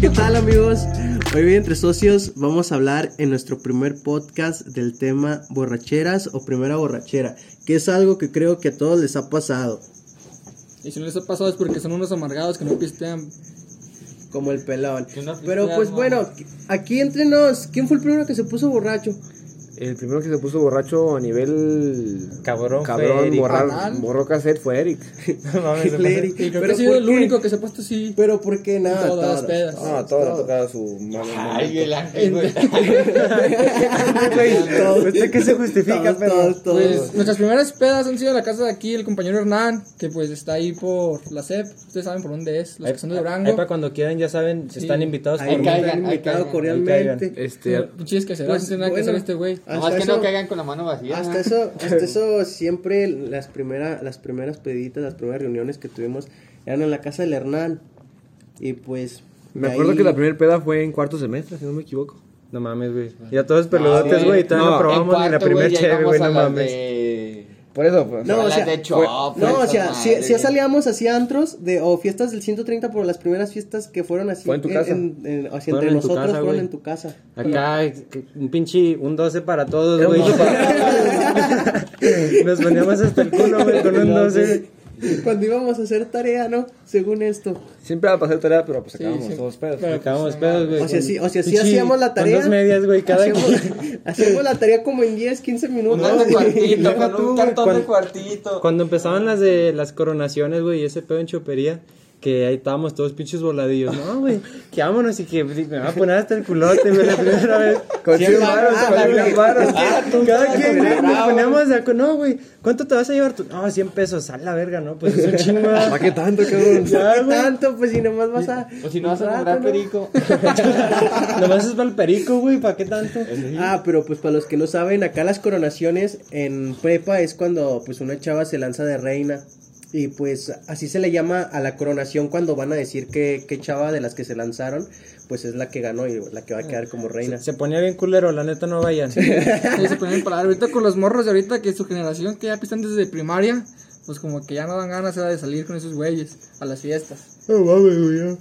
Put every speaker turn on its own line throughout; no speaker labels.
¿Qué tal amigos? Hoy bien entre socios vamos a hablar en nuestro primer podcast del tema borracheras o primera borrachera, que es algo que creo que a todos les ha pasado,
Y si no les ha pasado es porque son unos amargados que no pistean.
como el pelón.
Que no
Pero
pistean,
pues
no.
bueno, aquí entre nos, ¿quién fue el primero que se puso borracho?
El primero que se puso borracho a nivel
Cabrón,
cabrón,
Eric.
borrar,
Fatal.
borró cassette fue Eric.
No mames, no
Larry.
Y creo
Pero
que ha sido
¿por
el
qué?
único que se ha puesto así.
Pero ¿por qué nada?
todas las
todos,
pedas.
todos,
todo le ha
todos.
tocado su mal
Ay, el ángel, güey.
Todos.
¿Usted qué se justifica,
Todos,
pero?
todos, todos.
Pues nuestras primeras pedas han sido en la casa de aquí, el compañero Hernán, que pues está ahí por la CEP. Ustedes saben por dónde es, los que son de
Ahí para
Durango.
cuando quieran, ya saben, se
Sí.
están invitados.
Ahí
por mí.
me han
caigan, ahí
invitado
caigan,
cordialmente.
ahí
Este,
Pero, Pinches que será,
Pues,
no tiene nada que
bueno.
hacer este güey.
No,
Hasta
es que
eso- Ah,
no caigan con la mano vacía.
Hasta eso, hasta eso siempre las primeras, las primeras peditas, las primeras reuniones que tuvimos eran en la casa del Hernán. Y pues
me
de
acuerdo
ahí-
que la primera peda fue en cuarto semestre, si no me equivoco.
No mames, güey. Ya todos peludotes,
sí.
güey. y todavía no
No,
probamos ni la primera chévere, güey. No mames.
Por eso, pues.
No, o
Las
sea,
de Chop,
fue- no, o
esa
sea, si,
madre.
si salíamos así a antros de, o fiestas del 130 por las primeras fiestas que fueron así.
Fue en tu casa.
en- así
Fueron
entre
en tu
nosotros
casa,
fueron
güey.
en tu casa.
Acá, que- un pinche, un 12 para todos,
Era un
güey.
12
Nos poníamos hasta el culo, güey, con un 12.
Cuando íbamos a hacer tarea, ¿no? Según esto.
Siempre va a pasar tarea, pero pues acabamos
sí.
todos pedos.
Pero-
Acabamos pedos, güey.
O sea, sí, o sea, sí
Pinche-
hacíamos la tarea.
Con dos medias, güey, cada
hacíamos,
quien.
hacíamos la tarea como en 10, 15 minutos.
Un cuartito,
Deja
con
tú,
un
güey,
cartón
cuando-
de cuartito.
Cuando empezaban las de las coronaciones, güey, y ese pedo en chopería, que ahí estábamos todos pinches voladillos, ¿no, güey? Que vámonos y que me va a poner hasta el culote, güey, la primera vez.
Con cien varos,
ah,
con
la-
cien varos.
Ah, Cada quien, güey, nos poníamos de acuerdo. No, güey, ¿cuánto te vas a llevar tú? No, 100 pesos, a la verga, ¿no? Pues es un chingo.
¿Para qué tanto, cabrón?
Ya,
¿Qué
güey.
tanto? Pues si nomás vas a.
O si no vas a
un
comprar
rato, ¿no?
perico.
Nomás es para el perico, güey, ¿para qué tanto?
Ah, pero pues para los que no saben, acá las coronaciones en prepa es cuando pues una chava se lanza de reina. Y pues así se le llama a la coronación cuando van a decir que, que chava de las que se lanzaron, pues es la que ganó y la que va a quedar como reina.
Se, se ponía bien culero, la neta, no vayan.
Ahí se ponen para ahorita con los morros de ahorita que su generación que ya pistan desde primaria, pues como que ya no dan ganas ¿verdad? de salir con esos güeyes a las fiestas.
No mames, güey.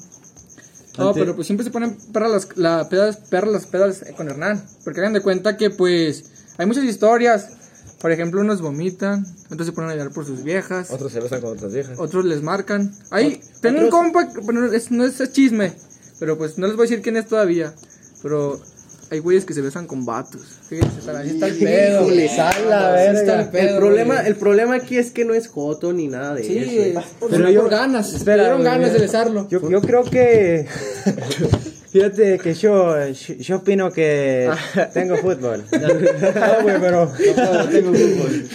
No,
Ante-
pero pues siempre se ponen perras las la, pedas, perras las pedas eh, con Hernán, porque hagan de cuenta que pues hay muchas historias. Por ejemplo, unos vomitan, otros se ponen a llorar por sus viejas,
Otros se besan con otras viejas.
otros les marcan. Ahí, tengo un compa, que- bueno, es, no es, es chisme, pero pues no les voy a decir quién es todavía, pero hay güeyes que se besan con vatos. Fíjense, para ahí está el pedo.
Híjole,
güey.
sal
Así está el pedo,
el, problema,
güey.
el problema aquí es que no es Joto ni nada de eso.
Sí,
Pero
pero
yo-
por ganas.
espera,
Espera, dieron
güey,
ganas de
mira.
besarlo.
Yo, yo creo que. Fíjate que yo, yo, yo opino que tengo fútbol. No, güey, pero.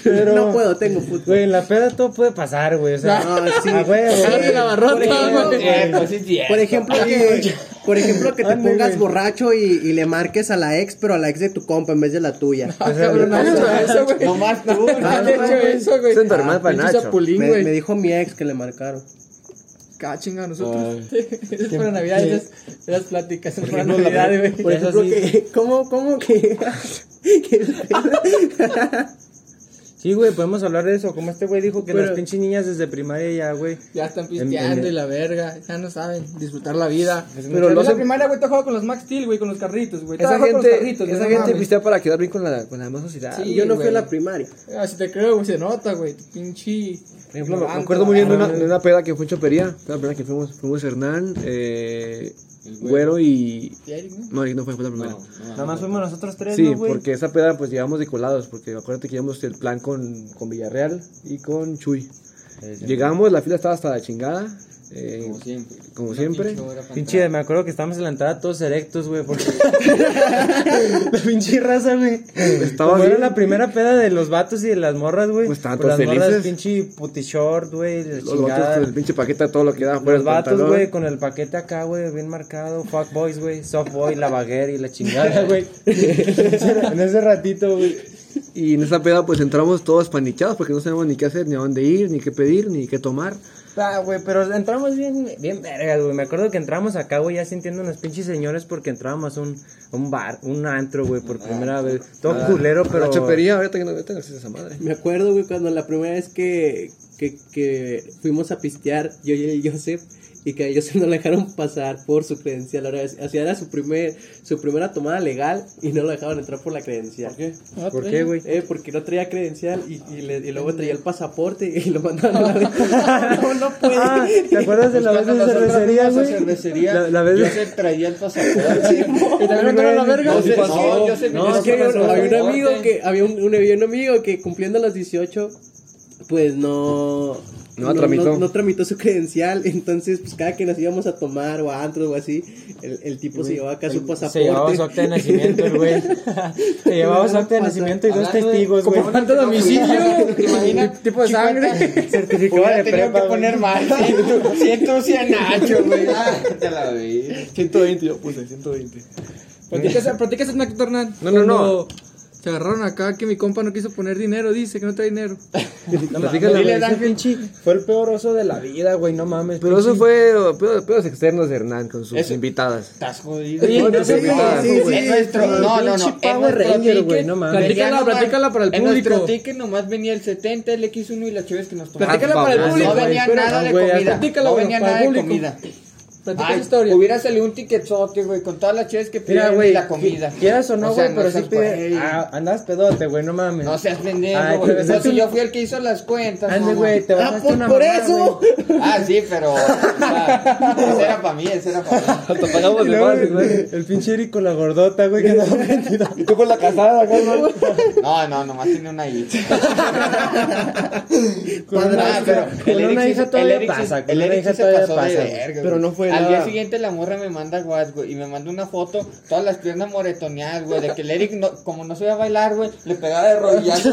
Pero-
No puedo, tengo fútbol.
Güey, en la peda todo puede pasar, güey. O sea,
Ah, sí.
a huevo.
Sale de la barrota,
Por ejemplo,
güey.
Eh, pues sí, es cierto.
Por ejemplo, que, por ejemplo, que te
Ande,
pongas
güey.
borracho y, y le marques a la ex, pero a la ex de tu compa en vez de la tuya.
Ah, cabrón, nadie hizo eso, güey.
No más tú.
Nadie
no,
hizo
güey.
eso, güey.
Eso es normal para
pinche
Nacho.
Chapulín,
Me, me
güey.
dijo mi ex que le marcaron.
Cá, Ah, chinga, nosotros. Esas fueron navidades, esas- esas pláticas. Esas fueron navidades, güey.
Por
Eso
ejemplo,
sí.
que, ¿cómo, cómo que?
Sí, güey, podemos hablar de eso. Como este güey dijo que
Pero-
las pinches niñas desde primaria ya, güey.
Ya están
En-
pisteando
en-
y la verga. Ya no saben disfrutar la vida.
Pero
Yo
no
en la
se-
primaria, güey, te jugaba con los Max Steel, güey, con los carritos, güey.
Esa
Estaba con los
gente,
carritos,
esa
güey, no
gente
mames.
pistea para quedar bien con la, con la demás sociedad.
Sí,
Yo no fui a la
güey.
primaria.
Ah, si te creo, güey, se nota, güey. tu Pinche.
Por ejemplo, me, me
ignorante,
acuerdo muy bien de
güey.
una, de una peda que fue en Chopería. Fue la primera que fuimos. Fuimos Hernán, eh, Güero y. No, no fue, fue la primera.
Nada más fuimos nosotros tres,
Sí,
¿no, güey?
porque esa peda pues llevamos de colados, porque acuérdate que llevamos el plan con, con Villarreal y con Chuy. Llegamos, la fila estaba hasta la chingada, eh, como siempre.
Pinche, me acuerdo que estábamos en la entrada todos erectos, güey, porque... la pinche raza, güey.
Estaba
Como era
bien.
la primera peda de los vatos y de las morras, güey.
Pues estaban
Por
todos
las morras,
felices.
pinche puti short, güey, la
Los vatos pues,
chingada.
con el pinche paquete, todo lo que daba fuera
Los
del
vatos,
pantalón.
güey, con el paquete acá, güey, bien marcado. Fuck boys, güey. Soft boy, la baguera y la chingada, güey. en ese ratito, güey.
Y en esa peda pues entramos todos paniqueados porque no sabíamos ni qué hacer, ni a dónde ir, ni qué pedir, ni qué tomar.
Ah, güey, pero entramos bien, bien vergas, güey. Me acuerdo que entramos acá, güey, ya sintiendo unos pinches señores porque entrábamos a un, a un bar, un antro, güey, por primera vez. Todo Ah, culero, pero.
Ah, La chopería, ahorita que no tengo acceso a esa madre.
Me acuerdo, güey, cuando la primera vez que, que, que fuimos a pistear, yo y el Joseph, y que a Joseph no lo dejaron pasar por su credencial. Ahora, hacía era su, primer, su primera tomada legal y no lo dejaban entrar por la credencial.
¿Por qué, güey?
Eh, porque no traía credencial y, y, le- y luego traía el pasaporte y lo mandaron a la No, no puede.
Ah, ¿te acuerdas de la vez de
Cuando nosotros
cervecería,
fuimos a
güey?
cervecería,
La- la vez de-
yo se traía el pasaporte.
¿Y también entraron a la verga?
No, sí,
No,
no, yo sé-
No,
yo
es
sé
que
pasó
había un
el
amigo
corte.
que había un, un- había un amigo que cumpliendo los 18 pues no
No la tramitó.
no, tramitó su credencial, entonces pues cada que nos íbamos a tomar o a antros o así, el, el tipo se llevaba acá su pasaporte.
Se llevaba su acta de nacimiento, el güey. Se llevaba su acta de nacimiento y dos
Hablando de-
testigos, güey.
Como tanto domicilio,
¿Te imaginas?
tipo de sangre.
Certificado
Hubiera
de
tenido
prepa,
que
güey.
poner mal. Siento si a Nacho, güey. Ah, te la vi.
120 yo puse, 120.
Platica esa- platica esa anécdota, Hernán.
No, no, no.
Cuando Se agarraron acá que mi compa no quiso poner dinero, dice que no trae dinero.
Platícala,
Dile,
güey.
Dan, pinche, Fue el peor oso de la vida, güey, no mames.
Pero eso fue eh, pedos, pedos externos de Hernán con sus invitadas.
Estás jodido.
Oye,
no,
no sé,
sí,
güey.
sí,
Es nuestro, no, no, no.
Pinche
Es
Power
nuestro
Ranger,
ticket.
güey, no mames.
Platícala,
Ya nomás-
platícala para el
En nuestro
público.
ticket nomás venía el 70, el X1 y las chaves que
Pues
nos tomamos.
Platícala para el
Ah,
vamos,
No
público.
venía
espera,
nada de
güey, ya
comida.
platícala,
No
güey,
venía
para el
nada de
público.
comida.
Platica
Ay,
esa historia.
Hubiera salido un tiquetzote, güey, con todas las chaves que
Mira,
pidieron y
güey,
la comida.
quieras o no,
sea,
güey, pero sí
seas
pide...
güey.
Ah, andas pedote, güey, no mames.
No seas pendejo,
Ay,
güey.
pero
No,
es
si
un-
yo fui el que hizo las cuentas.
Ande,
no,
güey, te vas a
Ah,
hacer
por,
una
por
mamada,
eso.
güey.
Ah, sí, pero. o sea, ese era para mí, ese era para mí.
Te pagamos
Y luego, güey, el pinche Eric con la gordota, güey, que andaba metido.
Y tú con la casada, güey.
No, no, nomás tiene una hija.
Con una-
Ah, pero
con
el Eric
una
sí-
hija
el
todavía
Eric sí-
pasa, con
el
una
Eric
hija
sí se
todavía
pasó de
pasa.
verga,
Pero
güey.
no fue
Al
nada.
día siguiente la morra me manda WhatsApp, güey, y me manda una foto, todas las piernas moretoneadas, güey, de que el Eric, no- como no sabía bailar, güey, le pegaba de rodillas.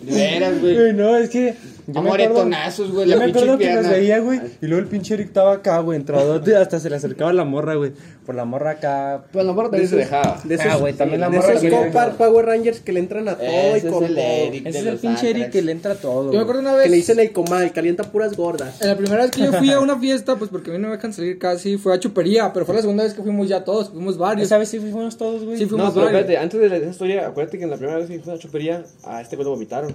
De veras, güey.
Güey, no, es que. yo me acuerdo-
Amoretonazos, güey,
Yo
la
me
pinche
acuerdo que nos
pierna.
veía, güey. Y luego el pinche Eric estaba acá, güey, entradote. Hasta se le acercaba la morra, güey. Por la morra acá.
Pues la morra también
se dejaba.
De esos,
Ah, güey, también la
de
morra
esos
que-
Copar Power Rangers que le entran a todo
Ese
y
es
con
el
todo.
Eric.
Ese
de
es el
los
pinche Eric
Ángeles.
que le entra a todo.
Yo me acuerdo una vez.
Que le dicen el comal, calienta puras gordas.
En la primera vez que yo fui a una fiesta, pues porque a mí no me dejan salir casi, fue a chupería, pero fue la segunda vez que fuimos ya todos, fuimos varios.
¿Sabes si fuimos todos, güey?
Sí,
No,
fuimos
pero
varios.
espérate, antes de la- esa historia, acuérdate que en la primera vez que fue a la chopería, a este güey lo vomitaron.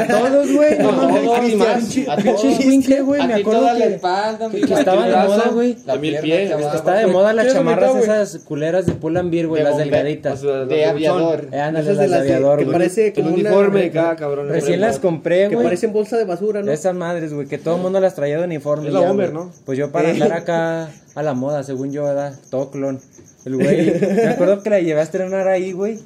A todos, güey. No,
No,
mames,
no,
Cristian,
más,
pinche-
a
pinche
todos.
escuincle, güey.
A
Me
ti
acuerdo
toda la
que.
espalda, mi
que
Ah, güey,
estaba
el
de moda,
brazo,
güey.
la
De mil
pierna
pies,
acá abajo.
Está de moda las
¿Qué es
chamarras
vomitar, güey?
esas culeras de pull and beer, güey.
De
Las
bomber.
delgaditas.
O sea, la-
De
la-
aviador.
Eh, ándale,
Esas de
las de
las de-
aviador,
que
güey.
parece
El
como una-
uniforme de cada cabrón.
Recién las compré,
que
Ah, güey.
parecen bolsa de basura, ¿no?
De esas madres, güey, que todo el mundo las traía de uniforme.
Es la
ya,
Bomber,
güey.
¿no?
Pues yo para andar acá a la moda, según yo, ¿verdad? Todo clon. El güey, me acuerdo que la llevé a estrenar ahí, güey.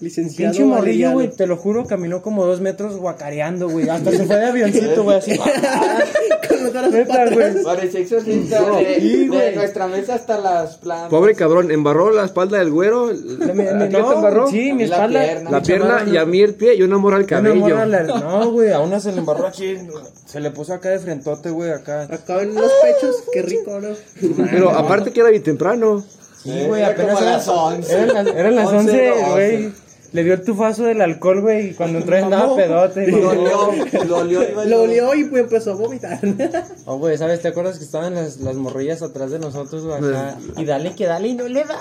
Licenciado.
Pinche morrillo,
Valeriano.
güey, te lo juro, caminó como dos metros guacareando, güey. Hasta se fue de avioncito, güey, así.
Con los brazos
Neta,
para
güey.
atrás.
Parecía exorcista de,
Sí,
de
güey.
nuestra mesa hasta las plantas.
Pobre cabrón, embarró la espalda del güero.
Me- me-
¿A ti
no,
te embarró?
Sí, mi
La
espalda.
pierna.
La pierna y a mí el pie y una morra al
Una
cabello.
morra la- No, güey, a una se le embarró aquí. Se le puso acá de frentote, güey, acá.
Acá en los pechos, qué rico, ¿no?
Pero aparte que era bien temprano.
Sí, güey,
Era
apenas
como
era-
las 11.
Eran las, eran las
11,
11,
no,
güey. Le dio el tufazo del alcohol, güey, y cuando entró andaba pedote.
Lo
güey.
olió, lo olió. iba a
Lo
llorar.
olió y pues, empezó a vomitar.
Oh, güey, ¿sabes? ¿Te acuerdas que estaban las, las morrillas atrás de nosotros, güey, acá? Y dale, que dale, y no le da.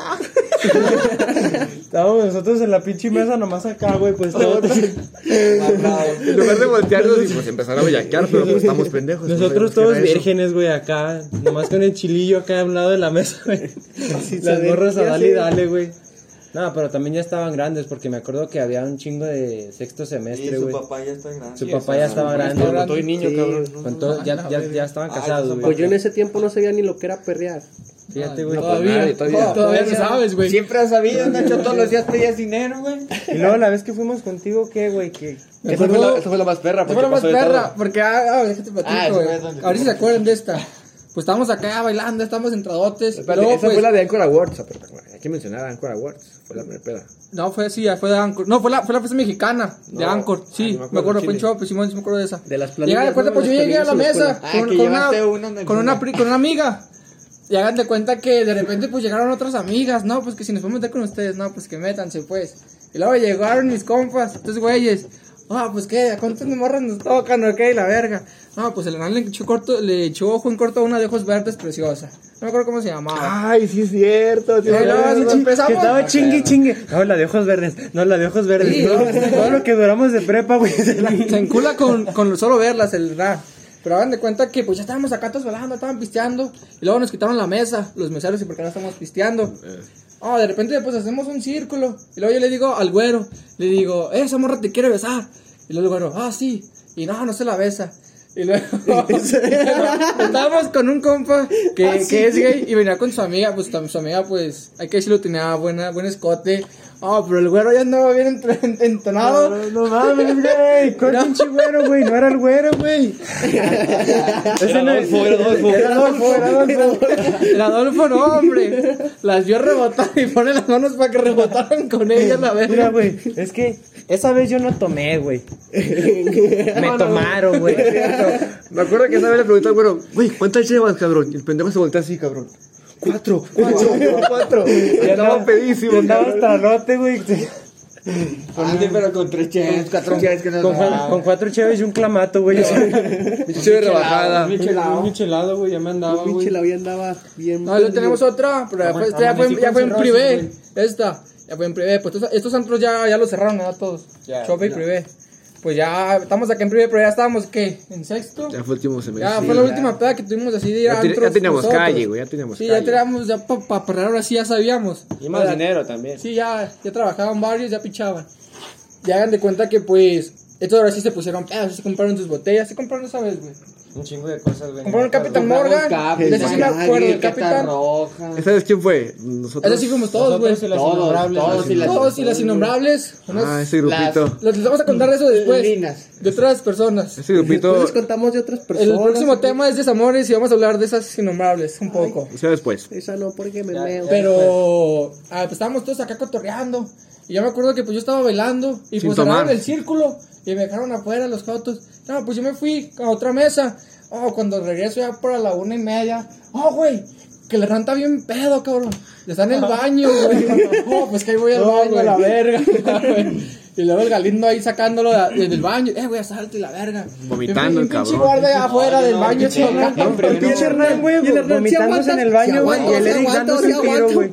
Estábamos nosotros en la pinche mesa nomás acá, güey, pues todo-
Amarrado.
En lugar de voltearnos y pues empezaron a bellaquear, pero pues estamos pendejos. no sabemos
Nosotros
qué
todos
era eso.
vírgenes, güey, acá, nomás con el chilillo acá a un lado de la mesa, güey. Las
saber
morras a
qué
dale y
hacer.
dale, güey. No, pero también ya estaban grandes, porque me acuerdo que había un chingo de sexto
Y
semestre,
su
güey.
papá ya está grande.
Su papá ya estaba grande,
Cuando
güey.
estoy niño, cabrón.
Con todo- ya, ya, ya estaban casados, güey.
Pues yo en ese tiempo no sabía ni lo que era perrear.
Fíjate, güey.
todavía,
nadie, todavía.
todavía, no sabes, güey.
Siempre has sabido, Nacho, todos los días pedías dinero, güey.
Y luego la vez que fuimos contigo, ¿qué, güey? ¿Qué?
Me acuerdo-
fue la más perra,
Esa fue la más perra, porque ah, ah, déjate platico,
Ah, esa
güey.
fue donde
A ver si
te-
se acuerdan de esta. Pues estábamos acá bailando, estábamos entradotes. y
Espérate,
luego,
esa
pues,
fue la Ah, de Anchor Awards, pero hay que mencionar a Anchor Awards, fue la primera peda.
No, fue sí, fue de Anchor. No, fue la, fue la fiesta mexicana de
No.
Anchor.
Ay,
Sí,
no me acuerdo,
me acuerdo, fue en
Chile.
show, pues Simón, sí me acuerdo de esa.
De las planillas,
Llegaba de cuenta,
¿no?
pues yo
Las
llegué a la
planillas en la
mesa
escuela. Ah,
con,
que
con
llevaste una en
una,
el
con, una,
celular.
pri- con una amiga. Y hagan de cuenta que de repente pues llegaron otras amigas, no, pues que si nos podemos meter con ustedes, no, pues que métanse pues. Y luego llegaron mis compas, estos güeyes. Ah, pues qué, ¿a cuántas morras nos tocan? Ok, la verga. Ah, pues el Hernán le echó, corto, le echó ojo en corto a una de ojos verdes preciosa. No me acuerdo cómo se llamaba.
Ay, sí es cierto.
Y
tiene
luego
razón.
así
Que
empezamos.
estaba chingue, chingue. No, la de ojos verdes. No, la de ojos verdes.
Sí,
no.
no, sí.
Todo lo que duramos de prepa, güey. se la-
Se encula con, con solo verlas, el Ra. Pero hagan de cuenta que pues ya estábamos acá todos hablando, estaban pisteando. Y luego nos quitaron la mesa, los meseros, y por qué no estamos pisteando. Ah, de repente pues hacemos un círculo. Y luego yo le digo al güero, le digo, eh, esa morra te quiere besar. Y luego el güero, ah, sí. Y no, no se la besa. Y luego estábamos con un compa que,
Ah,
que es gay y venía con su amiga, pues tam- su amiga pues hay que decirlo tenía buena, buen escote. Ah, pero el güero ya andaba bien ent- ent- entonado.
No, no mames, güey. ¿Cuál pinche güero, güey? No era el güero, güey. Ese no es. Era Adolfo, era Adolfo.
El Adolfo no, hombre. Las vio rebotar y pone las manos para que rebotaran con ella la
Mira, pues,
verga.
güey, es que esa vez yo no tomé, güey. Me tomaron, güey.
Me acuerdo que esa vez le pregunté al güero, güey, ¿cuántas llevas, cabrón? Y el pendejo se voltea así, cabrón. Cuatro, cuatro, cuatro. Y andaba pedísimo.
Andaba
cabrón.
hasta rote, güey.
Ah, sí, pero con tres cheves, cuatro cheves que nos
Con, cua-
daban.
con cuatro cheves y un clamato, güey.
Pinche rebajada.
Un michelado.
michelado, güey, ya me andaba,
Pinche la vida andaba bien.
No, luego Ah, tenemos otra, pero ya fue, esta ya fue, ya fue en privé. Esta, ya fue en privé. Pues estos, estos antros ya, ya los cerraron, ¿verdad? Todos.
Ya,
Chope y
ya.
privé. Pues ya estamos acá en privé, pero ya estábamos, ¿qué? ¿En sexto?
Ya fue el último semestre.
Ya fue la última peda que tuvimos así de ir a
Ya, te- ya
antros
teníamos
nosotros.
calle, güey, ya teníamos
Sí,
calle.
ya teníamos, ya para parar ahora sí ya sabíamos.
Y
Ahora,
más dinero también.
Sí, ya, ya trabajaban varios, ya pichaban. Ya hagan de cuenta que pues, estos ahora sí se pusieron pedos, se compraron sus botellas, se compraron esa vez, güey.
Un chingo de cosas, güey.
Compraron Capitán
Compramos
Morgan,
Capitán,
de eso sí me acuerdo, el
Etiqueta
Capitán.
roja.
¿Esa vez quién fue? Nosotros.
Eso sí fuimos todos, güey.
Todos, todos y las
Todos y las innombrables. unas-
Ah, ese grupito.
Los les vamos a contar de eso después.
Linas.
De otras personas.
Ese
Después
grupito.
les contamos de otras personas.
El próximo tema es desamores y vamos a hablar de esas innombrables un poco.
O sea, después.
Esa no, porque me
Ya,
meo.
ya.
Pero ah, pues, estábamos todos acá cotorreando. Y yo me acuerdo que pues yo estaba bailando y
Sin
pues
tomar.
cerraron el círculo y me dejaron afuera los jotos. No, pues yo me fui a otra mesa. Oh, cuando regreso ya para la una y media. Oh, güey, que le ranta bien pedo, cabrón. Está en el baño, güey. Oh, pues que ahí voy al baño, a la verga. y luego el galindo ahí sacándolo de- del baño. Eh, güey, salte la verga.
Vomitando,
Y un
el
pinche
cabrón.
guarda allá afuera
No,
del
no,
baño.
pinche
chingando.
El pinche Hernán, güey,
Y el Hernán se
vomitándose en
aguanta,
el
se
baño, güey.
aguanta,
Y el
se
Eric
aguanta,
dándose
se
un tiro,
aguanta.
güey.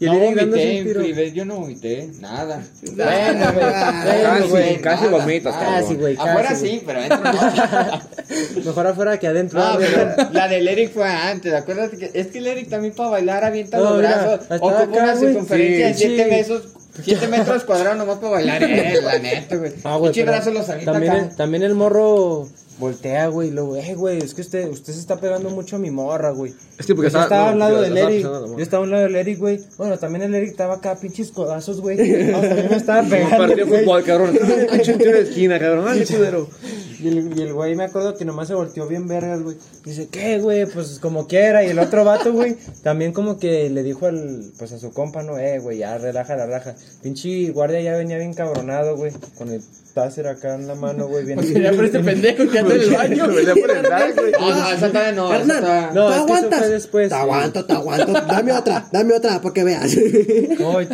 Y el
No
Eric dándose
vomité
un
en
tiro.
privé, yo no vomité, nada.
Bueno, güey.
Bueno,
casi,
güey,
casi
nada.
vomitas,
Ah,
cabrón.
Casi, güey, casi,
Afuera
güey.
sí, pero adentro no.
Mejor afuera que adentro.
No,
güey.
Ah, pero la del Eric fue antes, acuérdate que es que el Eric también para bailar avienta
No,
los
mira,
brazos,
estaba
ocupa
acá,
una
güey.
circunferencia de
Sí,
7
sí.
metros, 7 metros cuadrados nomás para bailar, eh, la neta, güey.
Ah, güey,
Pinche
pero
brazo los avienta
también
acá.
el, también el morro voltea, güey, y luego, eh, güey, es que usted, usted se está pegando mucho a mi morra, güey.
Es que porque
Yo
estaba-
estaba,
no,
al lado
porque
del
estaba
Eric,
pensando en la morra.
yo estaba a un lado del Eric, güey. Bueno, también el Eric estaba acá, pinches codazos, güey. No, también me estaba
Un partido
pegando,
de
güey.
fútbol, cabrón. Pinche tiro de esquina, cabrón. Ah, culero.
Y el, y el güey me acuerdo que nomás se volteó bien vergas, güey. Dice, ¿qué, güey? Pues como quiera. Y el otro vato, güey, también como que le dijo al, pues a su compa, no, eh, güey, ya relaja la raja. Pinche guardia ya venía bien cabronado, güey. Con el táser acá en la mano, güey,
Pues
bien.
Ya por este pendejo que anda en el baño.
Me venía por el drag, güey.
No, no, esa todavía no, esa
Hernán,
todavía-
¿te
No, es que eso
aguantas?
fue después.
Te aguanto, te aguanto. Dame otra, dame otra, para que veas.
No, y-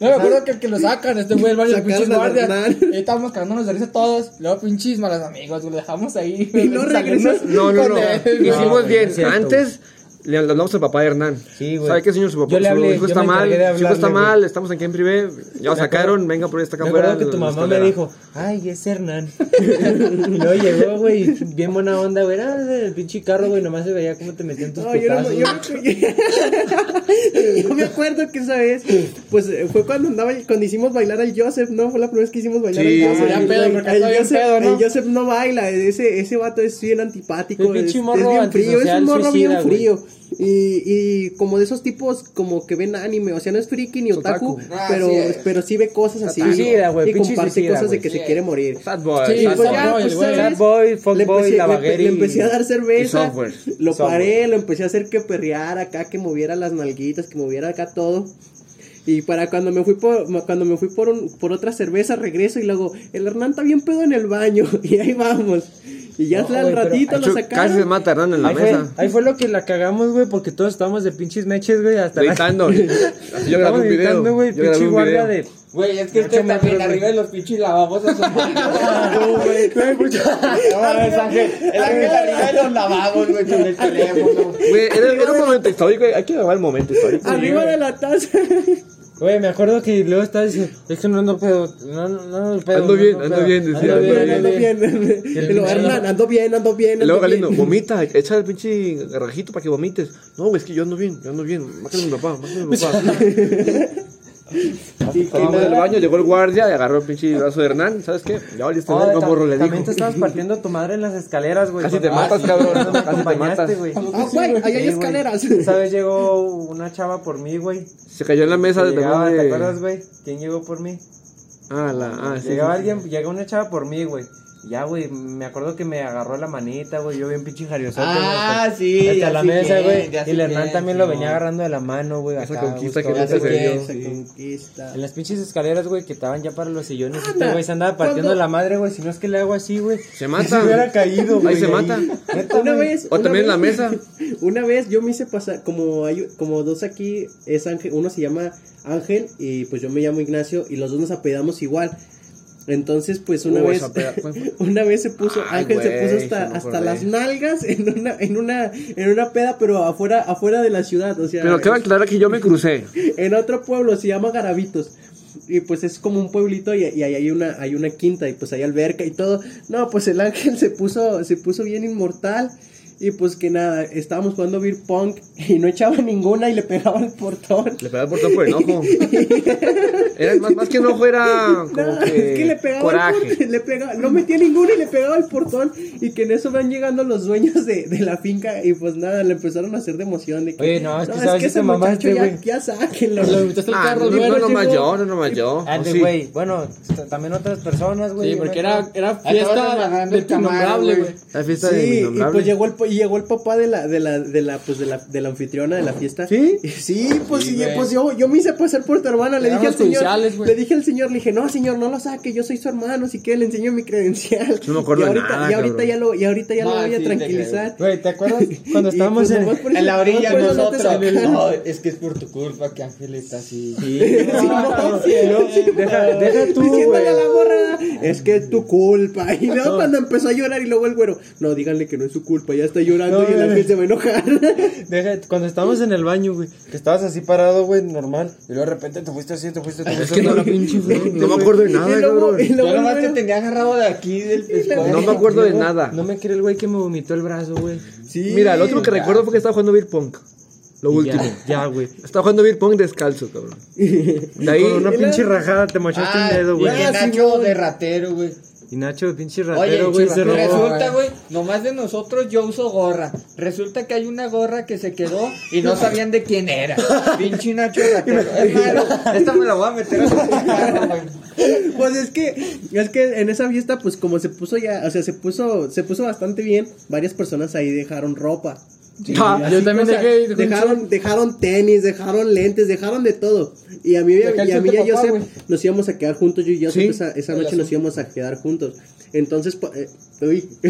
No me acuerdo que, que lo sacan, este güey, el baño, el
Sacaron
pinches
al
guardias.
Hernán.
Y ahí estábamos cagándonos de risa todos. Luego pinches malos amigos, güey, lo dejamos ahí.
Y no regresas.
No, no, no.
Con él, güey.
Hicimos
güey,
bien.
es cierto,
Antes le le hablamos al papá de Hernán.
Sí, güey.
¿Sabe qué, señor? Su papá
Yo le
su
hablé,
hijo
yo
está
me
mal.
encargué de
Su hijo está
hablarle, güey.
mal. Estamos aquí en privé. Ya lo sacaron. Venga, por ahí está acá
Me
afuera.
acuerdo que tu
la
mamá me
escalera.
dijo, ay, es Hernán. y luego llegó, güey, bien buena onda, güey. Ah, el pinche carro, güey, nomás se veía cómo te metían tus
No, yo, no,
putazos.
me- yo, me- yo me acuerdo que esa vez, pues eh, fue cuando andaba, cuando hicimos bailar al Joseph, ¿no? Fue la primera vez que hicimos bailar
Sí.
al Joseph.
Ya pedo, porque
El
estaba bien
Joseph,
pedo, ¿no?
el Joseph no baila, ese, ese vato es bien antipático.
Es
es,
pinche
es
morro
bien frío, es
antisocial,
un morro
suicida,
bien
güey.
frío. Y, y como de esos tipos como que ven anime, o sea, no es friki ni otaku,
Otaku.
Ah,
pero,
sí es.
pero sí ve cosas así.
Suicida, güey,
y
pinche
comparte
suicida,
cosas
güey.
de que
Sí.
se quiere morir.
Sad boy.
Sí,
sad
pues
boy.
ya.
Pues
el güey.
¿sabes?
Sad boy, fuck
Le
boy,
empecé-
la
le-
baguera
Le
y-
empecé a dar
y
cerveza.
software.
Lo
Software.
paré, lo empecé a hacer que perrear acá, que moviera las nalguitas, que moviera acá todo. Y para cuando me fui por cuando me fui por un- por otra cerveza regreso y luego el Hernán está bien pedo en el baño y ahí vamos. Y ya
No,
al
güey, pero-
ratito lo
Chu-
sacaron.
Casi se mata Hernán en la
Ahí fue,
mesa.
ahí fue lo que la cagamos, güey, porque todos estábamos de pinches meches, güey, hasta la...
Gritando. Así yo grabé
Estábamos
un video.
gritando, güey,
yo grabé
pinche
un
guardia
video.
de...
Güey, es que este también arriba de los pinches lavabos asomando. El ángel el ángel arriba de los lavabos, güey, con el teléfono.
Güey, era, era un momento histórico, güey. Hay que grabar el momento histórico.
Arriba de la taza.
Güey, me acuerdo que luego estaba diciendo, es que no ando pedo, no, no, no ando pedo.
Ando
no
bien, ando
pedo,
bien, decía,
Ando
ando
bien,
bien.
ando bien.
Y el
Y lo,
pinche-
Hernán, ando bien, ando bien.
Y luego
ando bien.
Galindo, vomita, echa el pinche garrajito para que vomites. No, güey, es que yo ando bien, yo ando bien. Mátale a mi papá, mátale a mi papá.
Y que
Estábamos
nada.
en el baño, llegó el guardia y agarró el pinche brazo de Hernán. ¿Sabes qué? Ya valiste,
Ah,
verga,
ta-
morro, le
también
dijo.
te estabas partiendo tu madre en las escaleras, güey.
Casi te
cuando-
matas,
Ah, sí,
cabrón,
cuando me
casi te
acompañaste,
matas.
güey.
Ah, güey, ahí hay
Sí, güey.
escaleras.
Esa vez llegó una chava por mí, güey.
Se cayó en la mesa
Que
de
llegaba,
de-
¿Te acuerdas, güey? ¿Quién llegó por mí?
Ah, la. Ah, sí.
Llegaba
sí.
alguien, llegó una chava por mí, güey. Ya, güey, me acuerdo que me agarró la manita, güey. Yo bien pinche jariosote. güey,
Ah,
hasta-
sí,
Hasta
ya
la
sé
mesa,
quién,
güey.
ya sé
Y el Hernán
quién,
también lo
Simón.
venía agarrando de la mano, güey.
Esa
acá,
conquista que
gustoso,
nunca se
güey.
dio.
Esa
Sí.
conquista.
En las pinches escaleras, güey, que estaban ya para los sillones. Este
Anda,
güey se andaba partiendo
cuando-
la madre, güey. Si no es que le hago así, güey.
Se mata.
Si hubiera caído, güey.
Ahí se mata.
Neta,
Una
güey.
vez.
O
una
también en la
vez-
mesa.
Una vez yo me hice pasar, como hay como dos aquí, es Ángel, uno se llama Ángel y pues yo me llamo Ignacio y los dos nos apedamos igual. Entonces, pues una
Uh,
vez
esa peda- ¿cuál fue?
una vez se puso
Ay,
Ángel se
güey,
puso
ya
hasta
me
hasta
acordé.
las nalgas en una en una en una peda, pero afuera afuera de la ciudad, o sea,
Pero queda claro que yo me crucé.
en otro pueblo se llama Garabitos. Y pues es como un pueblito y, y ahí hay una, hay una quinta y pues hay alberca y todo. No, pues el ángel se puso, se puso bien inmortal. Y pues que nada, estábamos jugando beer punk y no echaba ninguna y le pegaba al portón.
Le pegaba el portón por enojo. Era, más, más que enojo era como
No,
que,
es que le pegaba al
coraje.
portón, le pegaba, no metía ninguna y le pegaba al portón. Y que en eso van llegando los dueños de, de la finca y pues nada, le empezaron a hacer de emoción. De que,
Oye, no, es que sabes que
ese
te
muchacho
mamaste,
ya,
güey.
ya sáquenlo.
Lo invitaste al
Ah,
carro,
no,
güey.
no, no
chico.
más yo, no, no más yo.
Ande,
Oh, sí.
Ah, güey. Bueno, t- también otras personas, güey.
Sí,
yo
porque
me
era,
acuerdo.
era
Ahí estabas
fiesta
amarrando
de
el
tu
camarón,
innombrable,
güey.
güey.
La fiesta de mi
Sí, y
innombrable.
pues llegó el, pa- y llegó el papá de la, de la, de la, pues de la, de la anfitriona de la fiesta.
¿Sí?
Y Sí, pues,
Sí,
y-
güey.
pues yo, yo me hice pasar por tu hermana, le
Eran
dije al
los
señor,
judiciales, güey.
le dije al señor, le dije, no señor, no lo saque, yo soy su hermano, así que le enseño mi credencial.
Yo no me acuerdo
y
de
ahorita,
nada,
y ahorita
cabrón.
ya lo, y ahorita ya lo
No,
voy a
sí, te
tranquilizar.
Güey, ¿te acuerdas cuando
Y,
estábamos
pues,
en...
nomás por
En
eso-
la
nomás
orilla
por eso no te
nosotros.
saqué.
No, es que es por tu culpa que Ángel está así.
Sí, no, no, deja, deja tú, güey.
Diciéndole a la morra, es que es tu culpa. Y luego cuando empezó a llorar y luego el güero, no, díganle que no es su culpa, ya está llorando
No,
y el
güey.
ángel se va a enojar.
Deja, cuando estábamos en el baño, güey, que estabas así parado, güey, normal, y luego de repente te fuiste así, te fuiste, te fuiste.
que no,
la pinche
No me acuerdo de nada,
Y luego- y
cabrón.
luego
Yo nomás
el
te
güero-
tenía agarrado de aquí del pescuezo.
No me acuerdo de nada.
No me quiere el güey que me vomitó el brazo, güey.
Sí.
Mira, lo último que recuerdo fue que estaba jugando beer pong. Lo
Y
último.
Ya, ya, güey.
Estaba jugando beer pong descalzo, cabrón. De ahí,
Con una
Y la-
pinche rajada te mochaste
Ah,
un dedo,
y
güey.
que Nacho de ratero, güey.
Y Nacho, pinche
Oye,
ratero, güey, se
chirra-
robó.
resulta, güey, nomás de nosotros yo uso gorra. Resulta que hay una gorra que se quedó y no sabían de quién era. Pinche Nacho ratero. Es malo. Esta me la voy a meter a su carro, güey.
Pues es que, es que en esa fiesta, pues como se puso ya, o sea, se puso, se puso bastante bien, varias personas ahí dejaron ropa.
Ah,
Y así,
yo también
o sea,
dejé- dejé un
dejaron,
short.
dejaron tenis, dejaron lentes, dejaron de todo. Y a mí y
Dejé
a,
el
y a mí
short
y a
de papá,
Joseph
güey.
nos íbamos a quedar juntos, yo y Joseph
Sí,
esa, esa
el
noche nos
azul.
íbamos a quedar juntos. Entonces, pa- eh, uy.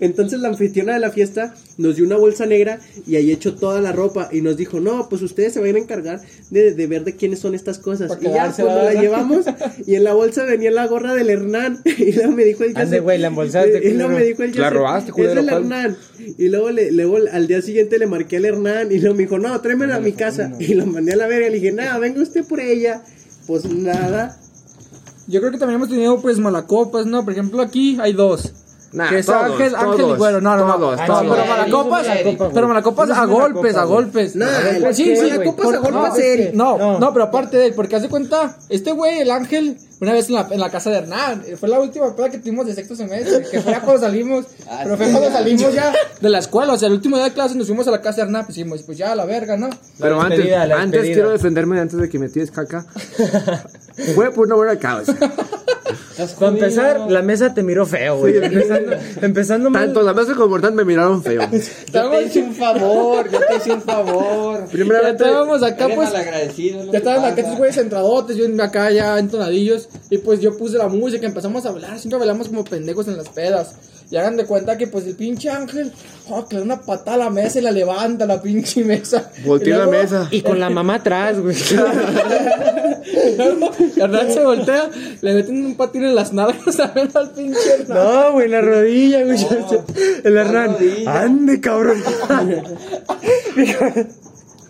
entonces la anfitriona de la fiesta nos dio una bolsa negra y ahí echó toda la ropa y nos dijo, no, pues ustedes se van a encargar de, de ver de quiénes son estas cosas.
Para
Y ya,
quedarse,
cuando la
¿verdad?
llevamos y en la bolsa venía la gorra del Hernán y luego me dijo el
Ande,
Joseph-
güey, la embolsaste,
y luego
culero.
me dijo el
La
Joseph,
robaste,
es
culero,
del
Pablo".
Hernán. Y luego, le, luego al día siguiente le marqué al Hernán y luego me dijo, no, tráemela a mi casa. Y lo mandé a la verga y le dije, nada, venga usted por ella. Pues nada.
Yo creo que también hemos tenido, pues, malacopas, ¿no? Por ejemplo, aquí hay dos.
Nah,
que es
todos,
Ángel, Ángel
todos,
y Güero. No, no, no.
todos,
Ah,
todos.
Pero
Yo soy
malacopas,
Eric.
pero malacopas
Yo soy
a
malacopa,
golpes, a
güey.
golpes.
No,
ver,
el
pues
Sí,
que-
¿qué,
sí,
güey?
malacopas a
Por- no,
golpes
es
él.
que-
No,
no.
no, pero aparte de él, porque hace cuenta, este güey, el Ángel, una vez en la, en la casa de Hernán, eh, fue la última peda que tuvimos de sexto semestre, que fue ya cuando salimos,
Ah,
pero
sí,
fue cuando
ya.
salimos ya de la escuela, o sea, el último día de clase nos fuimos a la casa de Hernán, pues dijimos, pues ya, a la verga, ¿no?
Pero
La
antes,
despedida, la
antes
despedida.
quiero defenderme antes de que me tires caca. Fue por una buena causa.
Estás
Para empezar,
jodido.
la mesa te miró feo, güey. Empezando, empezando mal.
Tanto la mesa como Hernán me miraron feo.
Yo te hice un favor, yo te hice un favor.
Ya
Primeramente,
estábamos acá,
Eres
pues,
malagradecido, es
Ya
lo que
estaban acá
pasa.
estos güeyes centradotes, yo acá ya entonadillos. Y pues yo puse la música, empezamos a bailar. Siempre bailamos como pendejos en las pedas. Y hagan de cuenta que pues el pinche ángel, oh, que le da una patada a la mesa y la levanta la pinche mesa.
Volteó
Y
la
luego-
mesa.
Y con la mamá atrás, güey.
Luego, Hernán se voltea, le meten un patín en las nalgas también al pinche Hernán.
No, güey, en la rodilla, güey. el Hernán. Ande, cabrón.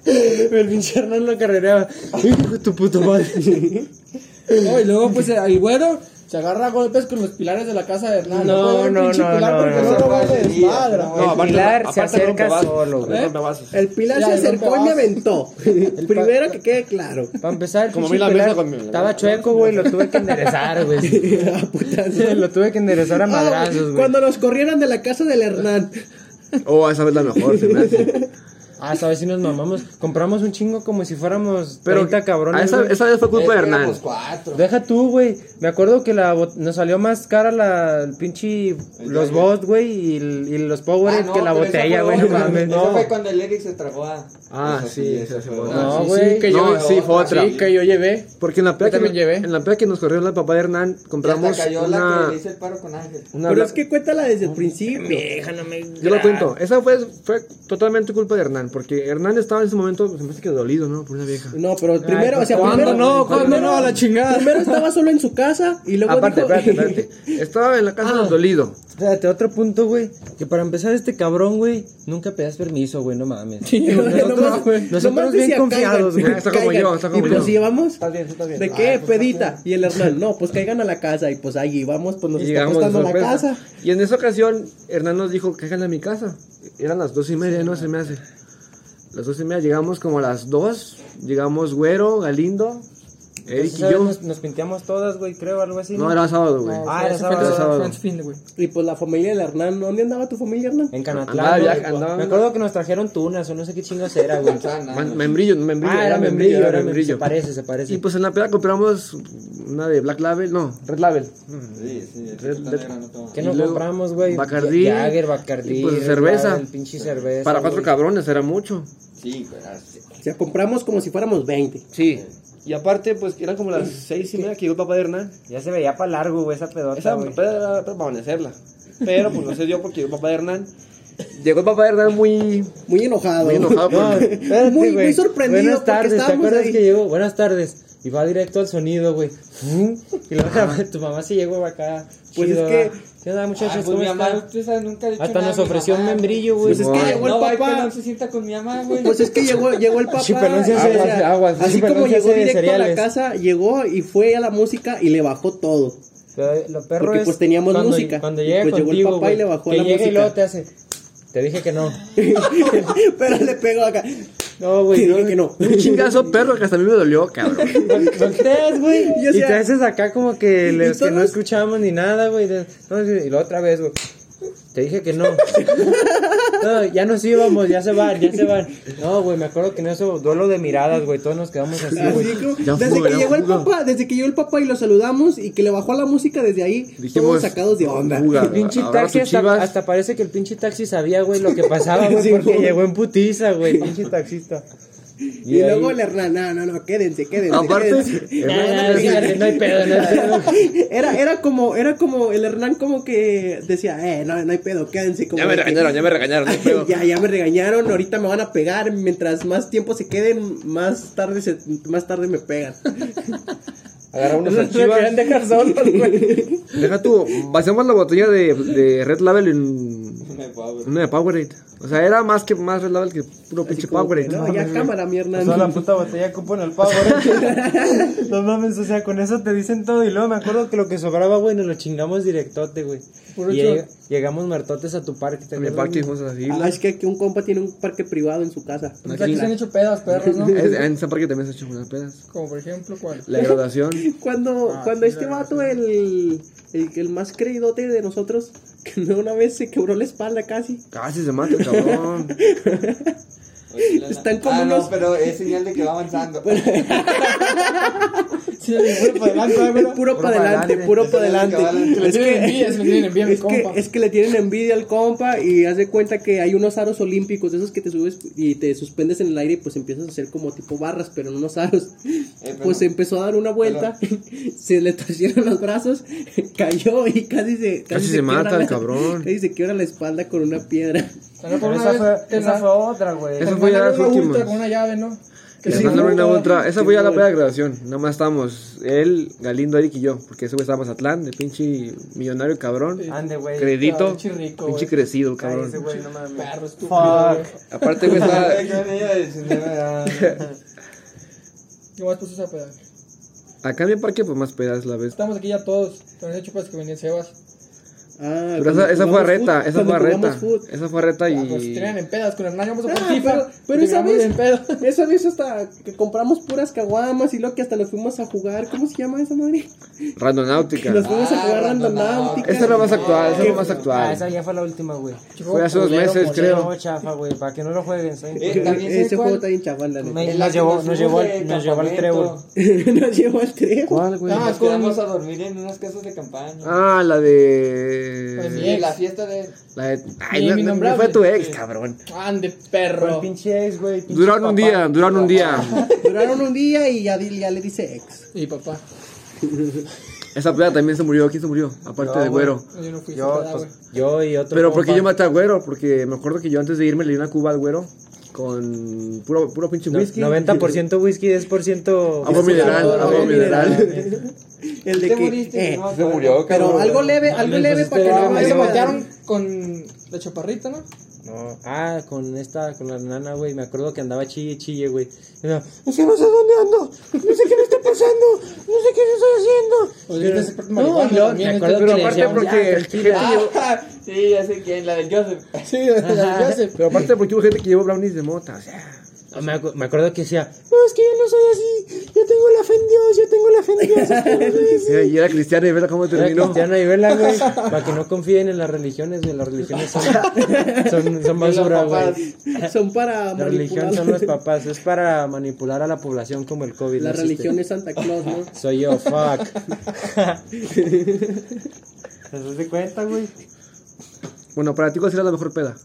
el pinche Hernán lo carrereaba. Hijo de tu puta madre.
No, y luego pues el güero se agarra a golpes con los pilares de la casa de Hernán.
No,
puede haber
no,
pinche
no,
pilar
no,
porque
no,
no,
no,
lo va de espadra.
No, aparte-
Pilar se
aparte
acerca
rompe vasos,
solo,
güey,
¿Eh?
rompe vasos.
El pilar
Ya,
se
el
acercó y
rompevasos.
me aventó. Primero que quede claro.
Para empezar, el
Como
pinche
a mí la
pilar
mesa con mi-
estaba chueco, güey, lo tuve que enderezar, güey.
A putazo.
Lo tuve que enderezar a madrazos, güey.
Ah, Cuando nos corrieran de la casa del Hernán.
Oh, esa vez la mejor, se me hace.
Ah, ¿sabes si nos mamamos? Compramos un chingo como si fuéramos
Pero
30 cabrones.
ah, esa,
güey.
esa vez fue culpa de Hernán.
Éramos cuatro.
Deja tú, güey. Me acuerdo que la bot- nos salió más cara la el pinche los bots, güey, y, el- y los
Ah,
Powerade
no,
que la
pero esa fue
botella, güey. No
otra.
mames.
Esa
No.
fue cuando el Eric se tragó a.
Ah,
Esa
sí, esa sí fue otra.
No,
Sí,
güey.
sí, que
No,
yo,
sí, fue otra.
sí, que yo llevé.
Porque en la peda,
Yo
que,
también llevé.
en la peda que nos corrió la papá de Hernán,
Hasta
compramos
cayó la que
una...
le hice el paro con Ángel.
una
Pero
bla-
es que cuéntala desde el principio.
Yo lo cuento. Esa fue, fue totalmente culpa de Hernán. Porque Hernán estaba en ese momento, se me hace que dolido, ¿no? Por una vieja.
No, pero primero, o sea,
¿Cuándo
primero.
no? ¿Cuándo no? A la chingada.
Primero estaba solo en su casa y luego
Aparte,
dijo-
espérate, espérate. Estaba en la casa
Ah.
del dolido.
Espérate, otro punto, güey. Que para empezar, este cabrón, güey, nunca pedías permiso, güey, no mames.
Sí, güey, no, güey.
Nosotros
nomás
bien
decía,
confiados,
"Caigan,
güey". Está como
caigan.
yo, está como
Y pues
yo.
íbamos.
bien, está bien.
¿De qué? Pedita. Y el Hernán, no, pues caigan a la casa. Y pues ahí vamos, pues nos
Y
está
llegamos de
costando la
sorpresa.
casa.
Y en esa ocasión, Hernán nos dijo, caigan a mi casa. Eran las dos y media, no se me hace. Las dos y media, llegamos como a las dos. Llegamos Güero, Galindo, Eric y
Esa vez
yo.
Nos, nos pinteamos todas, güey, creo, algo así.
No, era sábado, güey.
Ah, era
Ese
sábado,
fue-
era
sábado.
fue en fin, güey.
Y pues la familia del Hernán, ¿dónde andaba tu familia, Hernán?
En
Andaba
Canatlán.
de
güey.
viaje, andaba-
Me acuerdo que nos trajeron tunas o no sé qué chingos era, güey.
Man- membrillo, membrillo,
Ah, era membrillo, era membrillo. Se parece, se
Y
parece.
pues en la peda compramos una de Black Label, no, Red Label.
Sí, sí, el
Red-
que está
Red-
negra no toma.
¿Qué
y
nos
luego
compramos, güey?
Bacardí,
Jagger, Bacardí.
y pues
Red
cerveza.
Label, pinche cerveza.
Para cuatro
güey.
cabrones era mucho.
Sí, güey, así.
O sea, compramos como si fuéramos 20.
Sí. Y aparte, pues eran como las seis y media que llegó el papá de Hernán.
Ya se veía para largo, güey, esa pedota,
Esa
güey.
peda era para amanecerla. Pero pues no se dio porque llegó el papá de Hernán. Llegó el papá de Hernán muy,
Muy enojado.
muy enojado.
No,
porque-
espérate,
Muy- muy
güey.
sorprendido
Buenas
porque
tardes, ¿te
estábamos
acuerdas
ahí.
que llegó? Buenas tardes. Y va directo al sonido, güey. Y luego tu mamá se llegó acá.
Pues
chido,
es que-
¿va? ¿Qué onda,
Ah,
muchachos?
pues
¿Cómo
mi mamá,
están?
usted sabe, nunca ha dicho
Hasta
nada
nos
de mi
ofreció un
mamá, güey.
membrillo, güey.
Pues es que
Ay,
llegó el
No, va,
papá.
no se sienta con mi mamá, güey.
Pues es que llegó, llegó el papá.
Sí, pero no se hace
o sea,
de aguas, sí,
así
pero no
como
se
llegó
hace de
directo a la
cereales.
casa, llegó y fue a la música y le bajó todo.
Pero eh, Lo perro
Porque,
es
pues, teníamos
cuando,
música.
Cuando
Y,
llega
pues, llegó el
contigo,
papá
güey,
y le bajó
que
la
llega y
música.
luego te hace... Te dije que no.
pero le pegó acá.
Pues
No,
Y
güey.
dije
no.
que no.
Un chingazo perro que hasta a mí me dolió, cabrón.
Volteas, güey.
Y, o
Y
sea,
te haces acá como que los que no
todos-
escuchamos ni nada, güey. de- no, y la otra vez, güey. Te dije que no. No, ya nos íbamos, ya se van, ya se van. No, güey, me acuerdo que en eso, duelo de miradas, güey. Todos nos quedamos así, güey.
Así como-
Pues, Ya
desde
fue,
que
ya
llegó el
fue.
papá, desde que llegó el papá y lo saludamos y que le bajó la música desde ahí, todos sacados de onda.
"Fuga,
El pinche
abrazo,
taxi hasta,
Chivas". Ah,
hasta parece que el pinche taxi sabía, güey, lo que pasaba, güey,
Sí,
porque
güey.
llegó en putiza, güey, pinche taxista.
Y,
ahí-
luego el Hernán, no, no, no, quédense, quédense.
Aparte,
quédense".
Ah,
no,
sí,
no,
no hay pedo, no hay pedo.
Era, era como, era como, el Hernán como que decía, eh, no, no hay pedo, quédense. Como
ya me
de que-
regañaron, ya me regañaron. no creo.
ya, ya me regañaron, ahorita me van a pegar, mientras más tiempo se queden, más tarde se, más tarde me pegan.
Agarra unos
Nos querían dejar solos, güey.
Deja tú, vaciamos la botella de, de Red Label en
Me fue, güey.
una de Powerade. O sea, era más que más Red Label que puro
Así
pinche Pues,
como que,
Powerade.
no, ya cámara, mi Hernán.
Toda la puta botella cupo en el pavo. ¿eh? no mames, o sea, con eso te dicen todo. Y luego me acuerdo que lo que sobraba, güey, nos lo chingamos directote, güey.
Puro
Y
chon.
lleg- llegamos martotes a tu parque. ¿te
En el
acuerdas?
parque fuimos así.
Ah, es que aquí un compa tiene un parque privado en su casa.
Pues Aquí se han hecho pedas, perros, ¿no?
Es- En ese parque también se echó unas pedas.
Como por ejemplo, ¿cuál?
La graduación.
Cuando, cuando este vato, el, el, el más creídote de nosotros, que una vez se quebró la espalda casi.
Casi se mata, cabrón.
Oye, la-
Están como
Ah, no,
unos-
Eh, pero es señal de que va avanzando.
Sí, güey, para adelante, güey.
El puro para adelante, puro para adelante.
Le
Es
tienen envidia, se le tienen envidia a mi
es que,
compa.
es que le tienen envidia al compa y haz de cuenta que hay unos aros olímpicos, de esos que te subes y te suspendes en el aire y pues empiezas a hacer como tipo barras, pero en unos aros. pues se empezó a dar una vuelta, se le torcieron los brazos, cayó y casi se... Casi,
se mata
quiebra
el
la-
cabrón.
Casi se quiebra la espalda con una piedra.
Pero por
Pero
una
esa
vez
fue,
te
esa
la-
fue otra, güey.
Esa
te
fue ya
mandaron
las
una
últimas.
ultra con una llave, ¿no? Que
Esa
sí,
fue la
güey,
reina
güey.
ultra. Esa fue ya la primera grabación. Nada más estábamos él, Galindo, Eric y yo. Porque ese güey estaba en Mazatlán, de pinche millonario cabrón.
Ande, güey.
Credito.
Pinche rico, güey.
Pinche crecido,
Ay, ese
cabrón.
güey, no mames.
Perro estúpido, güey.
Fuck.
Aparte, güey, estaba.
Nomás puso esa peda.
Acá en el parque, pues más pedas la vez.
Estamos aquí ya todos. Con ese chupas que venía el Sebas.
Ah,
Pero
cuando
esa, esa fue
jugamos
reta,
fut-
esa
cuando
fue
jugamos
reta.
fut.
Esa fue reta
Ah, Pues
y.
tiran en pedas con Hernán. Vamos a
Ah,
jugar FIFA.
pero, pero
y
esa
terminamos
vez,
en pedo.
esa vez hasta que compramos puras caguamas y luego que hasta nos fuimos a jugar, ¿cómo se llama esa madre?
Randonáutica.
Nos fuimos a
Ah,
jugar
Randonáutica.
randonáutica.
Esa es la más actual, esa es la más
Ah, esa
actual.
ya fue la última, güey.
Fue hace dos meses, creo.
No, chafa, güey. Para que no lo jueguen, ¿sabes?
Eh, también sé
Ese
cuál.
juego está bien chaval, la neta.
Me-
En la
nos
que
llevó, nos llevó,
fuimos de
al- nos llevó al trébol.
campamento.
Nos llevó al tren.
¿Cuál, güey?
Ah,
Nos
con-
quedamos a dormir en unas casas de campaña.
Ah, la
Pues
de.
sí.
Y la fiesta de.
La de. Ay,
Mi-
no,
mi
no- no
nombrable.
fue tu ex, cabrón.
Ande,
Fue el
perro.
pinche ex, güey. pinche
Duraron un
papá.
día, duraron un día.
Duraron un día y ya, di- ya le dice ex.
Y papá.
Esa peda también se murió. ¿Quién se murió? Aparte
Yo,
de güero.
No, Yo no fui a
Yo,
esa peda, güey.
pues, yo y otro.
Pero ¿por qué
compa.
yo maté a Güero? Porque me acuerdo que yo antes de irme le di una cuba al Güero con puro, puro pinche
No-
whisky. pues,
90% whisky, 10%.
Agua mineral,
Agua
agua mineral.
El de
Te
que.
moriste,
eh,
no pues, me
Se
acuerdo.
murió, cabrón.
pero algo leve, algo leve para que no
Pero se
vaya-
voltearon con la chaparrita, ¿no?
No. Ah, con esta, con la nana, güey. Me acuerdo que andaba chille, chille, güey. Y me- Es que no sé dónde ando. No sé qué me está pasando. No sé qué
Pues,
estoy
ahorita
haciendo.
se prende marihuana
yo-
también,
me acuerdo
entonces,
que le
Aparte
decíamos,
porque
"Ya,
el gente llevó-
Sí, ya sé quién, la del Joseph.
Sí, ya sé.
pero aparte porque hubo gente que llevó brownies de mota, o sea,
No, Me, acu- me acuerdo que decía, no, es que yo no soy así, yo tengo la fe en Dios, yo tengo la fe en Dios. yo tengo la fe en Dios".
y y era cristiana y vela cómo
Era
terminó.
cristiana y vela, güey, para que no confíen en las religiones, güey, las religiones son, son, son basura, güey.
Son para
La religión son los
manipular.
papás, es para manipular a la población como el COVID.
La
no existe.
religión es Santa Claus, ¿no?
Soy yo, fuck. ¿Te das de cuenta, güey?
Bueno, para ti cuál será la mejor peda?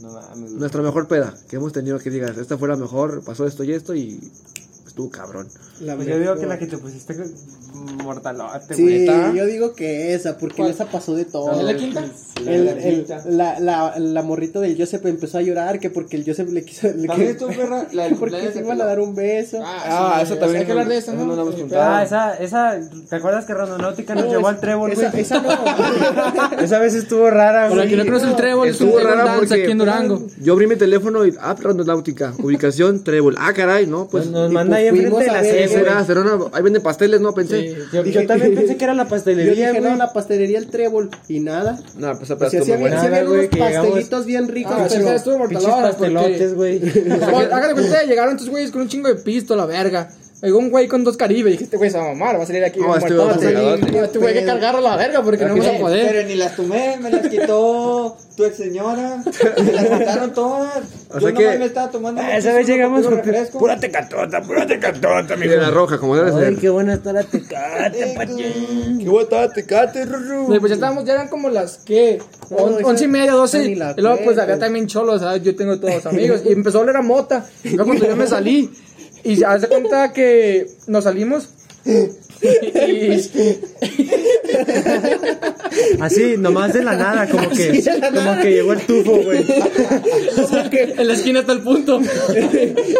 No mames, güey.
Nuestra mejor peda que hemos tenido que digas, esta fue la mejor, pasó esto y esto y estuvo cabrón.
La
Pues yo
mejor.
digo que la que te pusiste mortalote, güey.
Sí,
¿Neta?
yo digo que esa, porque en esa pasó de todo.
¿La quinta?
El- el- la, la, la morrita del Joseph empezó a llorar que porque el Joseph le quiso. Le
También
que-
tú, perra, la del
porque
cumpleaños
se
de
iban a dar un beso.
Ah,
esa
sí,
también
Hay que hablar
no-
de esa,
esa
¿no?
no la hemos
Sí,
contado.
Ah, esa, esa, ¿te acuerdas que Randonáutica nos
No,
llevó
es-
al trébol, güey?
esa,
pues,
esa no.
Esa vez estuvo rara,
Para que no conoce el trébol, es un
Estuvo
trébol
rara
dance
porque
aquí en Durango.
yo abrí mi teléfono y ah, app randonáutica, ubicación trébol. Ah, caray, no, pues
Nos, nos
y
manda ahí
pues
enfrente de
fuimos a
la
ver,
sede,
¿Qué
güey.
será? ¿Será una- Ahí venden pasteles, ¿no? Pensé.
Sí.
Yo, yo también pensé que era la
Yo
pastelería,
dije,
güey.
no, la pastelería el trébol. Y nada.
No, pues
O sea, sí
muy
había,
buena.
sí había
Nada, güey,
unos
que llegamos-
pastelitos bien ricos.
Ah,
pero-
esa estuvo
Pinches
mortalona
pastelotes,
porque...
güey.
Oye, Hágale que ustedes llegaron estos güeyes con un chingo de pisto, la verga. Llegó un güey con dos caribes. Dije, este güey se va a mamar, va a salir de aquí.
No,
bien
este
muerto,
güey va
va
a
a
salir-
salir- Este güey hay que cargarlo a la verga porque no vamos a
Eh,
poder.
Pero ni las tomé, me las quitó tu ex señora. Me las mataron todas.
O
O
sea
sea
que-
me estaba tomando.
Ah, esa vez llegamos
con
con-
refresco.
tecatota, pura tecatota,
Y de la roja, como debe
Ay,
ser.
qué buena está la
pues,
tecate,
Eh, güey.
¿Qué hubo, estaba tecate, Ruru?
Sí, pues ya estábamos, ya eran como las que,
No,
on-
esa-
once y media, doce.
ni
Y
la
luego, pues
cuento.
acá también cholos, ¿sabes? yo tengo todos amigos. Y empezó a oler a mota. Luego, cuando yo me salí, y se hace cuenta que nos salimos. Y,
Así, nomás de la nada, como que, como que llegó el tufo, güey.
en la esquina hasta el punto.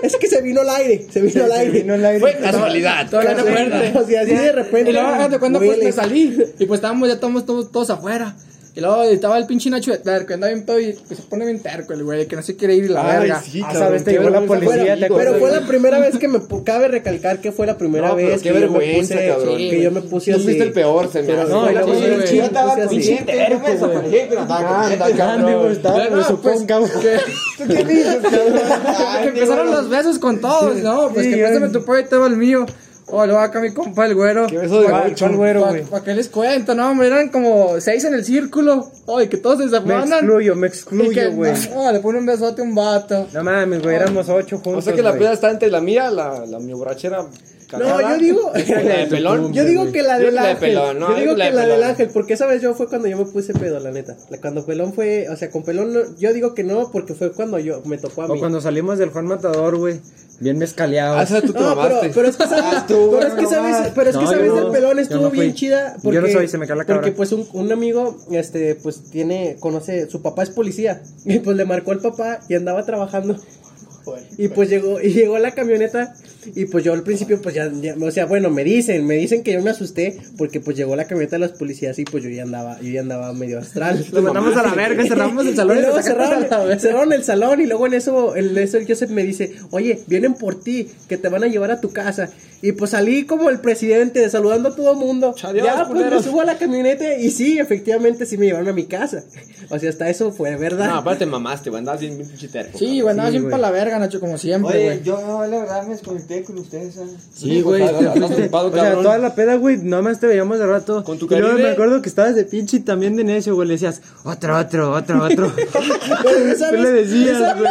es que se vino el aire. Se vino el aire.
Vino el aire.
Casualidad.
Toda la muerte.
O sea, así de repente.
Y luego, hágate cuando pues
huele.
me salí. Y pues estábamos, ya estábamos todos, todos afuera. Y luego estaba el pinche Nacho de terco, andaba bien pedo y pues, se pone bien terco el güey, que no se quiere ir y la verga.
Ah, sabes, te llegó la policía,
Bueno,
te
pero
acuerdas.
fue la primera vez que me pu- cabe recalcar que fue la primera
No, pero
vez
qué
que yo me
vergüenza,
puse
cabrón.
que yo me puse
Tú
así.
fuiste el peor, se me
Pero
hace.
no,
y luego
puse así,
sí, Ah, yo
Yo estaba
puse así.
consciente, no me desaparecí, pero estaba consciente.
Grande, güey, estaba,
Ya, no,
me suponga,
pues,
güey.
que-
¿Qué dices,
Que
cabrón?
empezaron los besos con todos, ¿no? Pues
Sí,
que
yo-
préstame tu pollo y te va el mío. O luego acá mi compa el güero. ¿Qué
beso de macho. ¿Cuál güero, güey?
¿Para qué les cuento? No, hombre, eran como seis en el círculo. Ay, que todos se
Me
desafanan.
excluyo, me
Y que,
excluyo, güey.
no, le pone un besote a un vato.
No mames, güey, éramos ocho juntos,
O sea que la
güey.
peda está entre la mía, la, la mi borrachera
No, yo digo.
La de pelón.
Yo digo que la
Yo
del
la de
ángel.
pelón, ¿no?
Yo digo
La de
que la
pelón.
del ángel, porque esa vez yo fue cuando yo me puse pedo, la neta. La- Cuando pelón fue, o sea, con pelón no- yo digo que no, porque fue cuando yo me tocó a
O
mí.
cuando salimos del Juan Matador, güey. Bien mezcaleados.
Ah, o sea, tú te
No, pero,
mamaste.
pero es que sabes, pero es que sabes, pero es que
Ah, No, yo
sabes
no,
del pelón
yo
estuvo
no fui.
bien chida
Yo
porque
no soy, se me cae la cabra.
porque pues un, un amigo este pues tiene conoce su papá es policía y pues le marcó al papá y andaba trabajando. Y pues llegó y llegó la camioneta y pues yo al principio pues ya, ya- o sea, bueno, me dicen, me dicen que yo me asusté porque pues llegó la camioneta de los policías y pues yo ya andaba, yo ya andaba medio astral.
Lo mandamos a la verga, cerramos el salón
Y
y
luego
lo sacamos a la
cerraron,
verga.
cerraron el salón y luego en eso, en eso el Joseph me dice, oye, vienen por ti, que te van a llevar a tu casa. Y pues salí como el presidente, saludando a todo mundo. ya, pues me subo a la camioneta y sí, efectivamente sí me llevaron a mi casa. O sea, hasta eso fue verdad.
No, aparte mamaste, güey. Andabas bien pinche terco.
Sí, güey, nada, siempre para la verga, Nacho, como siempre,
Oye,
güey.
yo la verdad me desconecté con ustedes, ¿sabes?
Sí, güey.
Estás
O
ocupado,
sea,
cabrón.
toda la peda, güey, nomás te veíamos de rato.
Con tu
Y luego
Caribe.
me acuerdo que estabas de pinche y también de necio, güey. Le decías, otro, otro, otro, otro.
Pero, ¿sabes?
pues, ¿Qué le decías, güey?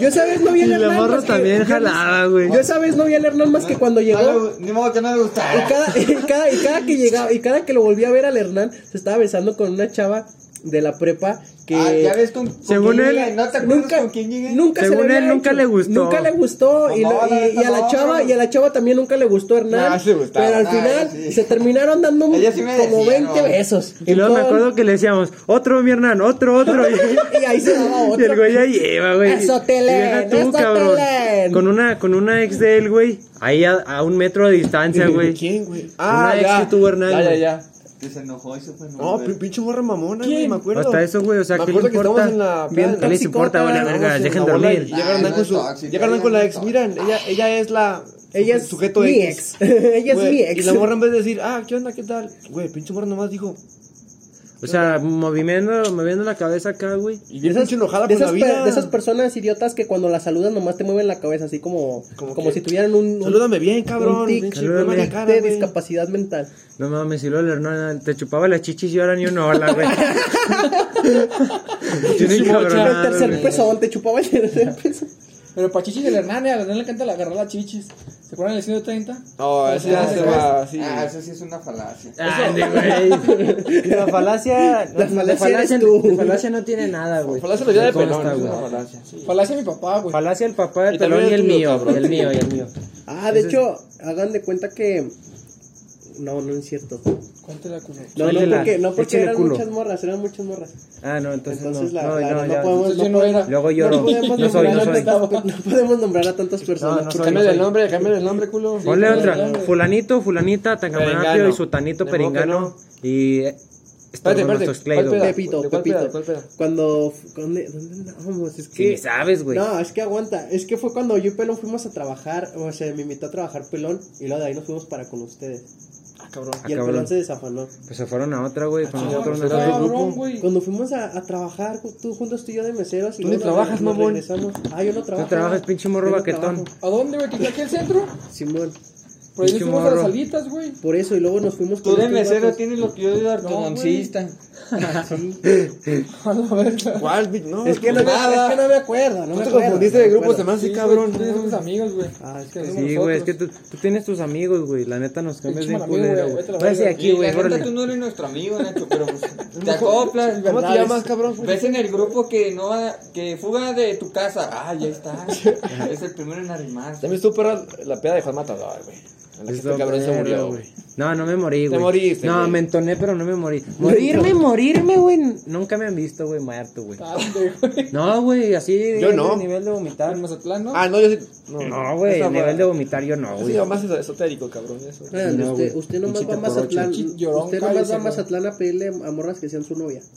Yo esa vez no vi
Y
al
la
Hernán
morra
más que-
también
yo-
jalaba, güey.
Yo esa vez no vi al Hernán más que cuando llegó.
Ni modo que no le
Y
gustara.
cada, y cada, y cada que llegaba, y cada que lo volví a ver al Hernán, se estaba besando con una chava de la prepa que
Ah, ya ves con, con
Según
quién
él,
llegué, ¿no te acuerdas
nunca,
con quién llegué?
nunca se
Según
le había
él, nunca
hecho.
le gustó.
Nunca le gustó. y,
No,
lo-
la
y- y a la
neta,
chava,
no.
y a la chava también nunca le gustó Hernán.
No, sí le gustaba.
pero al
Ah,
final
ella sí.
se terminaron dando un-
Ella sí me
como
decía,
20
no.
besos.
Y luego me
Entonces-
acuerdo que le decíamos, otro, mi Hernán, otro, otro. Y,
Y ahí se daba
y el
otro.
güey ya lleva, güey.
Eso,
Y deja
Telen,
tú,
eso,
cabrón.
Telen.
Con una, con una ex de él, güey. Ahí a, a un metro de distancia, güey.
¿Quién, güey? Ah,
Una ex que tuvo Hernán,
Ya, ya,
güey.
ya.
Que se enojó y se fue.
No, pi- pinche morra mamona, güey, me acuerdo.
Hasta eso, güey. O sea,
Me
¿qué le
acuerdo que
importa?
estábamos en la-
Bien, ¿Qué les importa, güey? La
Estábamos
verga,
en
dejen
la bola y
dormir.
Ah,
Llegaron
Ay,
con
no
su.
es tóxica,
Llegaron
ella
con
no
la
es
ex.
tóxica.
Miran, ella, ella es la.
Ella es
sujeto
mi
X.
ex. Ella es
Güey,
mi ex.
Y la morra en vez de decir, ah, ¿qué onda? ¿Qué tal? Güey, pinche morra nomás dijo.
O sea, moviendo, moviendo la cabeza acá, güey.
Y bien pinche enojada
de
con la
esas, pe-
vida.
de esas personas idiotas que cuando las saludan nomás te mueven la cabeza así como,
¿Cómo
como
qué?
si tuvieran un, un-
Salúdame bien,
un
cabrón.
tic
pinche
salúdame.
cuelga la
de
cara, güey.
discapacidad mental.
No mames, si lo del Hernán te chupaba las chichis y ahora ni una ola, güey. Tiene
el
cabronado,
tercer
güey.
pezón, te chupaba el tercer pezón.
Pero para chichis del Hernán, eh, al Hernán le encanta la- agarrar las chichis. ¿Se acuerdan del 130?
No, ese ya se va, sí.
Ah, eso sí es una falacia.
Ande, güey.
La falacia.
La falacia eres tú.
la falacia no tiene nada, güey.
Falacia la vida de
¿Cómo
pelón.
está,
es una
güey?
falacia, sí.
Falacia de mi papá,
Pues,
güey.
Falacia el papá
Y
del
también
pelón y
el
el
tuyo,
mío.
cabrón.
Y el mío, y el mío.
Ah, de hecho, hagan de cuenta que. No, no es cierto.
Cuéntela, culo.
No, no
Suéltela,
porque, no porque
échale
eran
culo.
muchas morras, eran muchas morras.
Ah, no, entonces,
Entonces
no.
la,
no,
la-
no,
no
ya.
podemos,
Entonces yo
no
no era.
podemos-
Luego lloro.
no podemos
No soy,
nombrar
no
a
soy.
tantas- no podemos nombrar a tantas personas.
No soy,
Cámbiale
no
el
soy.
nombre, cámbiale el nombre, culo.
Ponle otra. Fulanito, fulanita, tangamanapio
Perengano.
y sutanito,
De modo que
perengano. Y... eh,
Espérate, espérate.
estorbonostoxcleido,
¿Cuál
güey.
Pepito,
¿De cuál
Pepito.
peda? ¿Cuál peda?
Cuando. ¿Dónde, dónde andábamos? Es
Sí,
que.
ni sabes, güey.
No, es que aguanta. Es que fue cuando yo y Pelón fuimos a trabajar. O sea, me invitó a trabajar Pelón. Y luego de ahí nos fuimos para con ustedes. Y el
Ah, cabrón.
Pelón se desafanó.
Pues se fueron a otra, güey. Con nosotros
pues,
no
será.
fue.
Cabrón, güey.
Cuando fuimos a, a trabajar, ju- tú juntos tú y yo de meseros. Y
Tú
luego
ni
nos-
trabajas,
nos
mamón.
regresamos. Ah, yo no trabajo.
trabajas, pinche morro
Yo no
baquetón.
trabajo.
¿A dónde, güey? ¿Te quedó aquí al centro?
Simón.
Por ahí
Pinche
nos fuimos a las
morro.
salitas, güey.
Por eso, y luego nos fuimos
Tú de
estos
mesero
vatos.
tienes lo que yo de ortodoncista.
A la verga.
¿Cuál? bi- No,
Es que, no me, es que no me acuerdo, no
Tú
me
te
acuerdo.
confundiste
no
de
me
grupo, se
acuerdo.
me hace
Sí,
cabrón.
güey, Somos amigos, güey.
Ah, es que
Que
sí,
somos
Sí, güey, es que
nosotros.
tú, tú tienes tus amigos, güey. La neta nos cambias
Pinche
bien
mal amigo,
culero,
güey,
güey.
vete a la
Voy a decir
verga.
aquí, güey,
la neta,
órale.
tú no eres nuestro amigo, Nacho, pero pues, te acoplas.
¿Cómo te
¿verdad?
llamas, cabrón?
Ves en el grupo que no va- que fuga de tu casa. Ah, ya está. es el primero en arrimarse.
También estuvo perra la peda de Juan Matador, güey. En la que este
Estuvo
cabrón se
perro,
murió, güey.
No, no me morí, güey.
moriste,
No,
güey.
me entoné, pero no me morí. Morirme, morirme, güey. Nunca me han visto, güey, muerto, güey.
Tarde, güey.
No, güey, así.
Ah, Yo
a
no.
nivel de vomitar.
En Mazatlán, ¿no?
Ah, no, yo sí.
No, güey, a nivel de vomitar yo no, güey.
Eso más esotérico, cabrón, eso.
Espérate, usted,
No, güey.
este, usted nomás
Pinche
va a
catorrocho.
Mazatlán.
Chi- llorón,
Usted nomás
cállese,
va a
güey.
Mazatlán a pedirle a morras que sean su novia.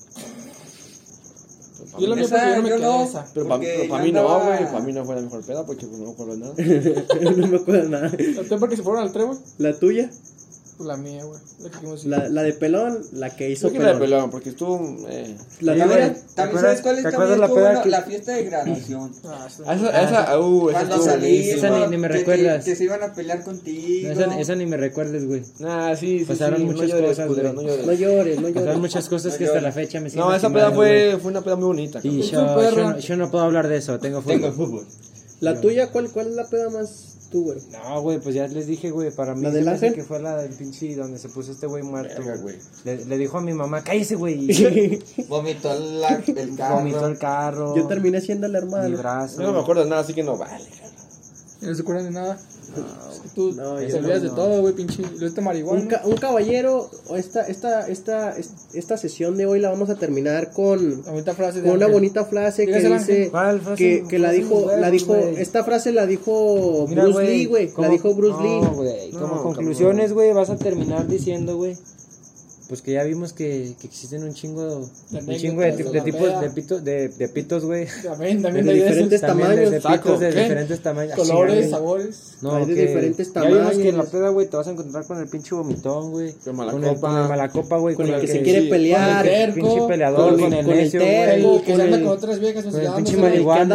Yo la mía
Esa,
porque yo no me
yo
quedé
no.
esa.
Pero para
Porque yo
mí no,
andaba-
güey. Para mí no fue la mejor peda porque pues, no me acuerdo de nada.
no me acuerdo nada.
¿La tuya porque se fueron al trébol?
La tuya,
Pues la mía, güey. La que fuimos.
la, la de pelón, la que hizo
Creo que la de
pelón.
pelón, porque estuvo. Eh.
La tuya,
También- También
acuerdas-
sabes cuál es
te acuerdas
también
la
estuvo
peda
bueno?
que-
la fiesta de graduación.
Ah, está-
Ah, Esa, esa, uh, esa
Cuando
estuvo
salí,
buenísima.
Esa ni- ni me recuerdas.
Que se iban a pelear contigo.
No, esa, esa ni me recuerdes, güey.
Nah, sí, sí.
Pasaron
sí,
muchas
no llores,
cosas,
culero,
güey.
no llores.
no llores, no llores.
Pasaron muchas cosas que hasta la fecha me siguen.
No, esa peda
lastimando,
fue, fue una peda muy bonita.
güey. Y yo,
cabrón.
perra.
yo no, yo no puedo hablar de eso, tengo fútbol.
fútbol.
La tuya, ¿cuál, cuál es la peda más tú, güey?
No, güey, pues ya les dije, güey, para mí.
¿La
se
del
me hace
ángel?
Que fue la del pinche donde se puso este güey muerto. güey. Le, le dijo a mi mamá, cállese, güey. y
Vomitó la, el
Vomitó
carro.
el carro.
Yo terminé siendo el
Mi
hermano.
brazo.
Yo no me acuerdo de nada, así que no vale.
Y no se acuerdan de nada. Es que tú
No,
te
yo
olvidas
no,
de todo, güey, pinche. Lo este marihuana.
Un, ca- un caballero, o esta, esta, esta, esta sesión de hoy la vamos a terminar con,
La bonita frase de
con una
Ángel.
bonita frase que
Dígasela,
dice
¿Cuál frase?
que, que la
Frase
dijo,
nos vemos,
la dijo,
güey.
esta frase la dijo
Mira,
Bruce Lee, güey, la
como-
dijo Bruce
no,
Lee.
güey,
No,
como
cabrón.
conclusiones, güey, vas a terminar diciendo, güey. Pues que ya vimos que, que existen un chingo,
De
un chingo de,
anécdotas,
ti-
de
de
la
tipos,
peda.
de, pito- de, de pitos, güey.
También,
De
también hay de esos
diferentes
También
tamaños.
de- de
Saco,
pitos de
¿qué?
diferentes tamaños. Ah,
colores,
chinga, güey.
sabores.
No,
Hay de
que-
diferentes
Ya vimos que en la
tamaños.
peda, güey, te vas a encontrar con el pinche vomitón, güey.
Con mala
con el,
copa.
con el mala copa, güey.
Con el que se
que-
quiere
sí,
pelear,
con el
pinche
con
peleador,
el-
con el
con el
necio,
terco,
güey.
Algo que se
con
anda
el-
con otras viejas
con el pinche
dándose la-
que anda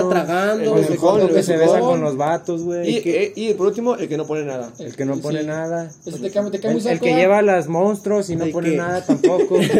marihuano,
tragando,
con
se
el
con
joto que
el
se besa
frijol.
con los vatos,
Y,
güey.
eh, y por último, el que no pone nada.
El que no
Sí.
pone nada.
Ese te cae- te cae muy
El, el
saco,
que
¿verdad?
lleva las monstruos y no
El
pone
que-
nada tampoco.
Sí,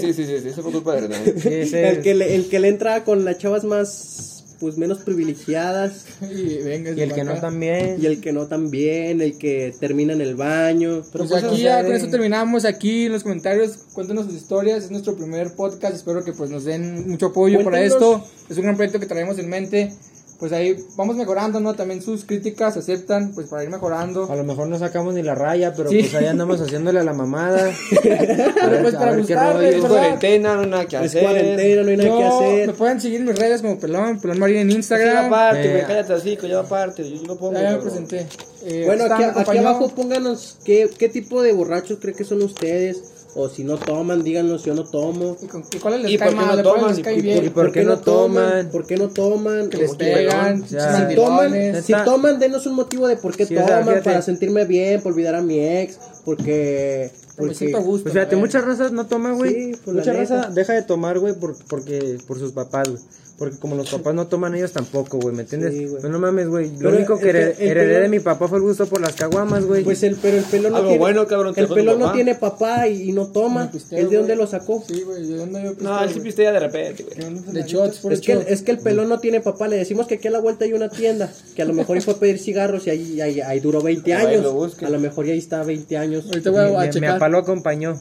sí, sí, sí, sí, eso fue culpa de Hernán.
Ese-
El que le, el que le entra con las chavas más, pues menos privilegiadas
Y venga,
Y el que no también.
y el que no también, el que termina en el baño.
Pues
pues,
aquí
o sea,
ya con
de-
eso terminamos. Aquí en los comentarios, cuéntenos sus historias. Es nuestro primer podcast. Espero que pues nos den mucho apoyo para
Cuéntenos.
esto. Es un gran proyecto que traemos en mente. Pues ahí vamos mejorando, ¿no? También sus críticas se aceptan, pues para ir mejorando.
A lo mejor no sacamos ni la raya, pero
Sí.
pues ahí andamos haciéndole a la mamada.
Pero pues
a
para
ver qué
gustarles,
rollo.
Es
¿verdad?
cuarentena, no hay nada que
Es
hacer.
cuarentena, no hay nada que
Yo-
hacer.
Me pueden seguir en mis redes como Pelón, Pelón Marín en
Sí, yo
Ah,
Instagram.
aparte,
Eh.
güey, cállate así, yo aparte, yo no pongo.
Ya me
cabrón.
presenté. Eh,
Bueno,
está,
aquí,
me
aquí
acompañó-
abajo pónganos qué, qué tipo de borrachos cree que son ustedes. O si no toman, díganos yo no tomo.
¿Y, con- y cuáles
¿Y
les
por
cae
qué no
mal? ¿Cuáles
toman?
les cae
¿Y por-
bien?
¿Y por qué no toman?
¿Por qué no toman?
Que les
O-
pegan,
o
pinches
sea,
Si toman,
mandilones.
si
Está-
toman, denos un motivo de por qué
Sí, o sea,
toman.
fíjate.
para sentirme bien, para olvidar a mi ex. Porque. porque
Me siento a gusto.
Pues fíjate,
¿no?
muchas razas no toman,
Sí,
güey.
pues, la
Mucha
neta.
raza deja de tomar, güey, por, porque, por sus papás, güey. Porque como los papás no toman ellos tampoco, güey, ¿me entiendes?
Sí, güey.
Pues no mames, güey. Lo
Pero
único que
el
hered-
pe- el
heredé de
pelón-
mi papá fue el gusto por las caguamas, güey.
Pues el, pero el pelón no
Algo
tiene.
bueno, cabrón, te
el
dejó tu
pelón no
papá.
tiene papá y, y no toma.
Me pisteo,
¿El de dónde
güey.
lo sacó?
Sí, güey, yo pues, ando yo
No,
pistola,
él sí
güey.
pistea de repente, güey.
De shots, por
Es que,
shots.
es que el pelón no tiene papá, le decimos que aquí a la vuelta hay una tienda, que a lo mejor ahí fue a pedir cigarros y ahí, ahí, ahí duró 20
Ahí
años.
lo busquen.
a lo mejor ya ahí está 20 años.
Ahorita voy a,
mi,
a
mi- mi
checar.
papá lo acompañó.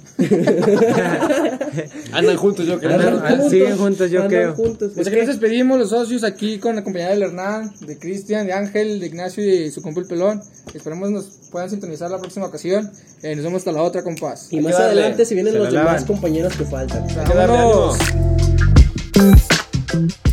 Andan juntos, yo creo.
Andan- ah, siguen juntos, yo
andan
creo.
juntos. Es
Pues aquí nos
que-
despedimos los socios aquí con la compañía del Hernán, de Cristian, de Ángel, de Ignacio y su compa el Pelón. Esperemos nos puedan sintonizar la próxima ocasión. Eh, nos vemos hasta la otra, compás.
y más
darle.
adelante si vienen
Se
los
la
demás
lavan.
compañeros que faltan.
Hay que darle
Vámonos.
ánimo.